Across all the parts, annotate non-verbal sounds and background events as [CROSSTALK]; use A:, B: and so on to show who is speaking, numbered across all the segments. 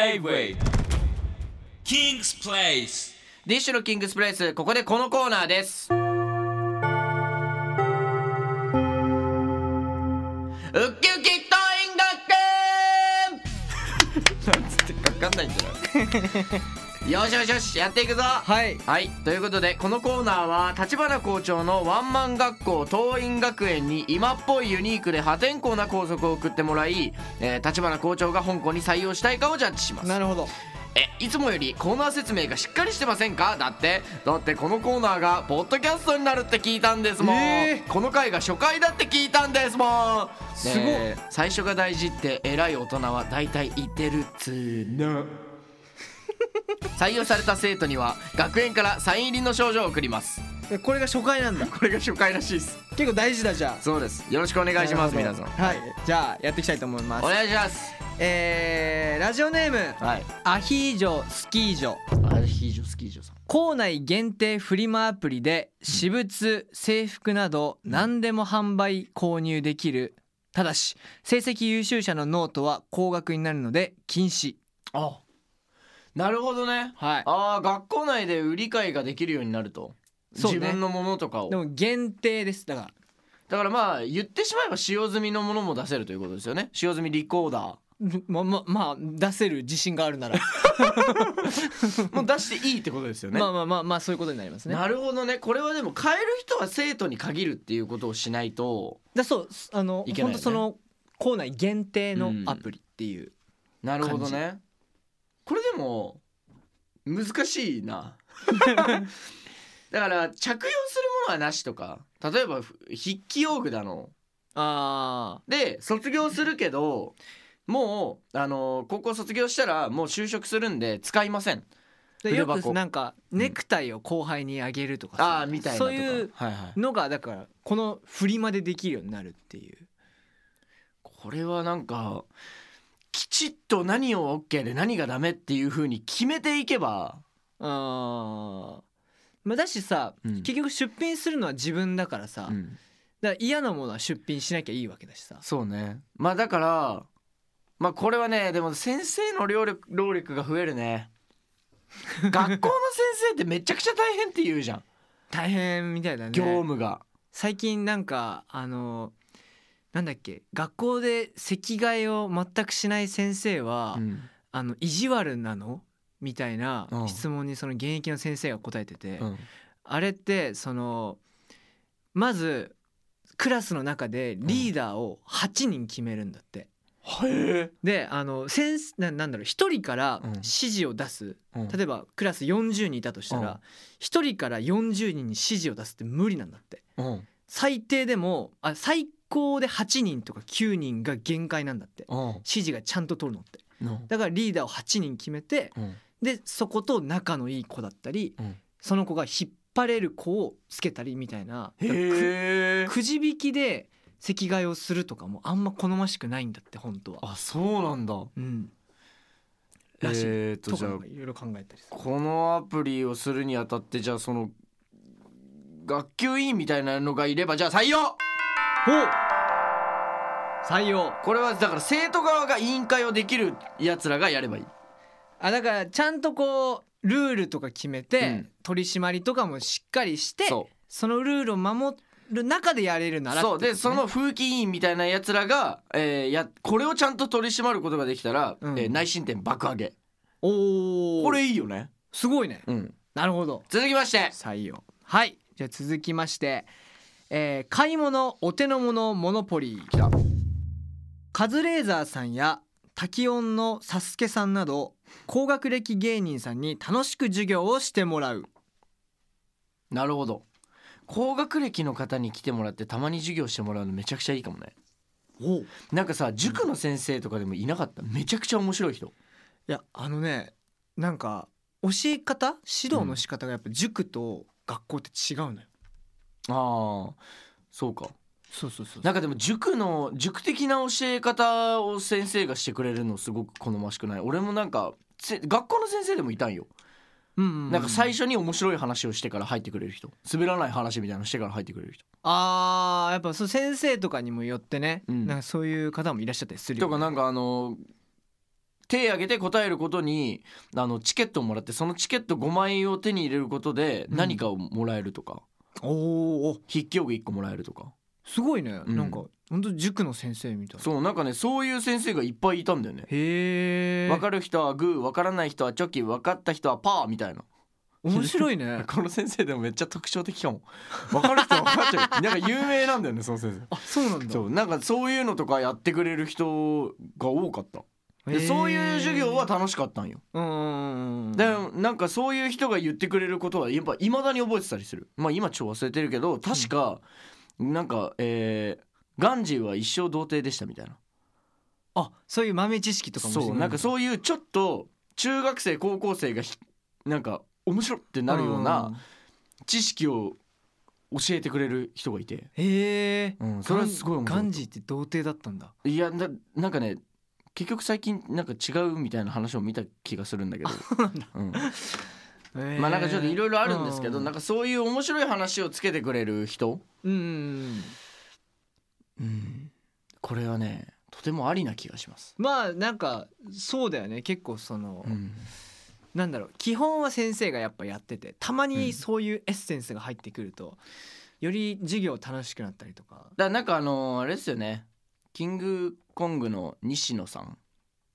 A: J-Way King's Place
B: ディッシュのキングスプレイスここでこのコーナーですウッキウキトイン
C: [LAUGHS]
B: 学なんつってかかんないんじゃないよしよしよしやっていくぞ
C: はい
B: はいということでこのコーナーは立花校長のワンマン学校桐蔭学園に今っぽいユニークで破天荒な校則を送ってもらい、えー、立花校長が香港に採用したいかをジャッジします
C: なるほど
B: えいつもよりコーナー説明がしっかりしてませんかだってだってこのコーナーがポッドキャストになるって聞いたんですもん、
C: えー
B: この回が初回だって聞いたんですもん
C: すごっ
B: ねえ最初が大事って偉い大人は大体言ってるっつーの [LAUGHS] 採用された生徒には学園からサイン入りの賞状を送ります
C: えこれが初回な
B: [LAUGHS]
C: んだ
B: これが初回らしいです
C: 結構大事だじゃあ
B: そうですよろしくお願いします
C: なる
B: 皆
C: ほ
B: さ
C: ど
B: ん
C: はいじゃあやっていきたいと思いま
B: お
C: す
B: 願いします
C: えー、ラジオネーム
B: はい
C: アヒージョスキージョ
B: アヒージョスキージョさん
C: 校内限定フリマアプリで私物制服など何でも販売購入できるただし成績優秀者のノートは高額になるので禁止
B: あなるほどね
C: はい
B: ああ学校内で売り買いができるようになると、
C: そう
B: 自
C: ね
B: 分のものとかを
C: でも限定ですだから
B: だからまあ言ってしまえば使用済みのものも出せるということですよね使用済みリコーダ
C: まままあ出せる自信があるなら、
B: ーもう出していいってことですよね,、
C: まあまあまあまあそういうことになりますね
B: なるほどねこれはでも買える人は生徒に限るっていうことをしないと
C: だそうすあの
B: いけない
C: 本
B: よね
C: 当その校内限定のアプリっていう、
B: なるほどねこれでも難しい
C: [LAUGHS]
B: なだから着用するものはなしとか例えばふ筆記用具だの
C: あ
B: で卒業するけどもうあの高校卒業したらもう就職するんで使いません
C: あ
B: 筆
C: よ
B: 箱
C: くなんかネクタイを後輩にあげるとかさ
B: あーみたいなとか
C: そういう
B: はいはい、
C: のがだからこの振りまでできるようになるっていう
B: これはなんかきちっと何を OK で何がダメっていう風に決めていけば、
C: あーまあだしさ、
B: うん
C: 結局出品するのは自分だからさ、
B: う
C: だか
B: ん
C: ら嫌なものは出品しなきゃいいわけだしさ
B: そうねまあだからまあこれはねでも先生の労力労力が増える [LAUGHS] ね学校の先生ってめちゃくちゃ大変って言うじゃん、
C: 大変みたいだね
B: 業務が
C: 最近なんかあのなんだっけ学校で席替えを全くしない先生は、
B: うん
C: あの意地悪なのみたいな
B: うん
C: 質問にその現役の先生が答えてて、
B: うん
C: あれってそのまずクラスの中でリーダーを8人決めるんだって。
B: へえ、
C: であの先生ななんだろう1人から
B: うん
C: 指示を出す、
B: うん
C: 例えばクラス40人いたとした
B: うん
C: ら、一1人から40人に指示を出すって無理なんだって。
B: うん
C: 最低でもあ最高で8人とか9人が限界なんだって
B: うん
C: 指示がちゃんと取るのって
B: うん
C: だからリーダーを8人決めて
B: うん
C: でそこと仲のいい子だったり、
B: うん
C: その子が引っ張れる子をつけたりみたいなく
B: へえ
C: くじ引きで席替えをするとかもあんま好ましくないんだって本当は。
B: あそうなんだ
C: うん、らしい、
B: えー、と
C: と
B: じ
C: か
B: ゃあ
C: なんかいろいろ考えたりする。
B: このアプリをするにあたってじゃあその学級委員みたいなのがいればじゃあ採用
C: お採用
B: これはだから生徒側が委員会をできるやつらがやればいい
C: あだからちゃんとこうルールとか決めて、
B: うん
C: 取り締まりとかもしっかりして
B: そ
C: そのルールを守る中でやれるなら
B: そう
C: ってことね
B: でその風紀委員みたいなやつらが、えーやこれをちゃんと取り締まることができたら、
C: うん
B: えー内申点爆上げ
C: おお
B: これいいよね、
C: すごいね
B: うん、
C: なるほど
B: 続きまして
C: 採用はいじゃあ続きまして、えー買い物お手の物モノポリー
B: 来た
C: カズレーザーさんや滝音のサスケさんなど高学歴芸人さんに楽しく授業をしてもらう
B: なるほど高学歴の方に来てもらってたまに授業してもらうのめちゃくちゃいいかもね
C: おい
B: なんかさ塾の先生とかでもいなかっためちゃくちゃ面白い人
C: やあのねなんか教え方指導の仕方がやっぱ塾と学校って違うのよ、
B: ああそうか
C: そうそうそう
B: なんかでも塾の塾的な教え方を先生がしてくれるのすごく好ましくない俺もなんかせ学校の先生でもいたんよ、
C: うんうんうん
B: なんか最初に面白い話をしてから入ってくれる人滑らない話みたいなのしてから入ってくれる人
C: あーやっぱそう先生とかにもよってね、
B: うん
C: なんかそういう方もいらっしゃったりするよ
B: とかなんかあの手挙げて答えることにあのチケットをもらってそのチケット5万円を手に入れることで
C: うん
B: 何かをもらえるとか、
C: おーお
B: 筆記用具1個もらえるとか
C: すごいね、
B: うん
C: なんか本当塾の先生みたいな
B: そうなんかねそういう先生がいっぱいいたんだよね。
C: へえ
B: 分かる人はグー分からない人はチョキ分かった人はパーみたいな
C: 面白いね
B: この先生でもめっちゃ特徴的かも分かる人は分かっち [LAUGHS] ゃうなんか有名なんだよねその先生
C: あそうなんだ
B: そうなんかそういうのとかやってくれる人が多かった
C: へ
B: で
C: ー
B: そういう授業は楽しかったんよ
C: うんうんうんうん
B: でなんかそういう人が言ってくれることはやっぱいまだに覚えてたりするまあ今ちょっと忘れてるけど確かなんかえーガンジーは一生童貞でしたみたいな
C: あそういう豆知識とかも
B: そうなんか
C: う
B: そういうちょっと中学生高校生がひなんか面白ってなるような知識を教えてくれる人がいて、
C: へえ
B: うん、それはすごい面白
C: ガ
B: かった
C: ンジーって童貞だったんだ
B: いやななんかね結局最近なんか違うみたいな話を見た気がするんだけ [LAUGHS] ど、うん、ま
C: ま
B: あなんかちょっといろいろあるんですけど、なん
C: か
B: かそういう面白い話をつけてくれる人、
C: うんうん
B: う
C: うん
B: ん、これはねとてもありな気がします。
C: まあなんかそうだよね結構その、
B: うん、
C: なんだろう基本は先生がやっぱやっててたま
B: う
C: に
B: ん
C: そういうエッセンスが入ってくると、より授業楽しくなったりとか
B: だからなんかあのーあれですよねキングコングの西野さん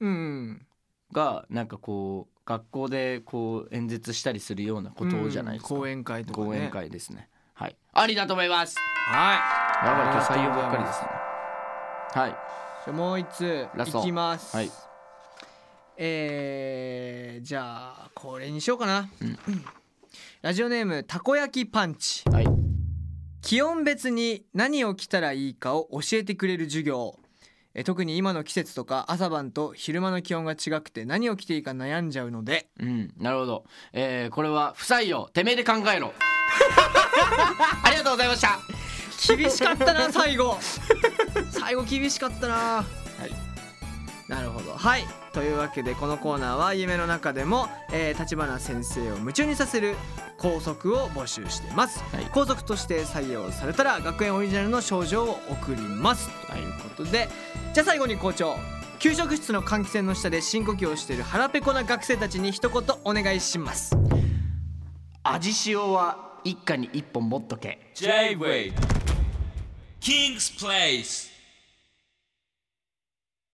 C: うん
B: がなんかこう学校でこう演説したりするようなことじゃないですか、
C: 講演会とか、ね、
B: 講演会ですね。はい、ありだと思います。
C: は
B: やばい、今日
C: あり
B: 採
C: が
B: 用
C: とうござ
B: ばっ
C: い
B: かり
C: ま
B: ですすね。はい、
C: いじゃあもう一つ
B: ラスト
C: いきます、
B: はい
C: えーじゃあこれにしようかな、
B: うん
C: ラジオネームたこ焼きパンチ
B: はい、
C: 気温別に何を着たらいいかを教えてくれる授業えー特に今の季節とか朝晩と昼間の気温が違くて何を着ていいか悩んじゃうので
B: うん、なるほど。えー、これは不採用、てめえで考え [LAUGHS] ろ。ありがとうございました。
C: 厳しかったな
B: [LAUGHS]
C: 最後最後厳しかったなはいなるほどはいというわけでこのコーナーは夢の中でも立花、えー橘先生を夢中にさせる校則を募集しています、
B: はい
C: 校則として採用されたら学園オリジナルの賞状を送りますということでじゃあ最後に校長給食室の換気扇の下で深呼吸をしている腹ペコな学生たちに一言お願いします
B: 味塩は一家に一本持っとけ。
A: J-Way King's Place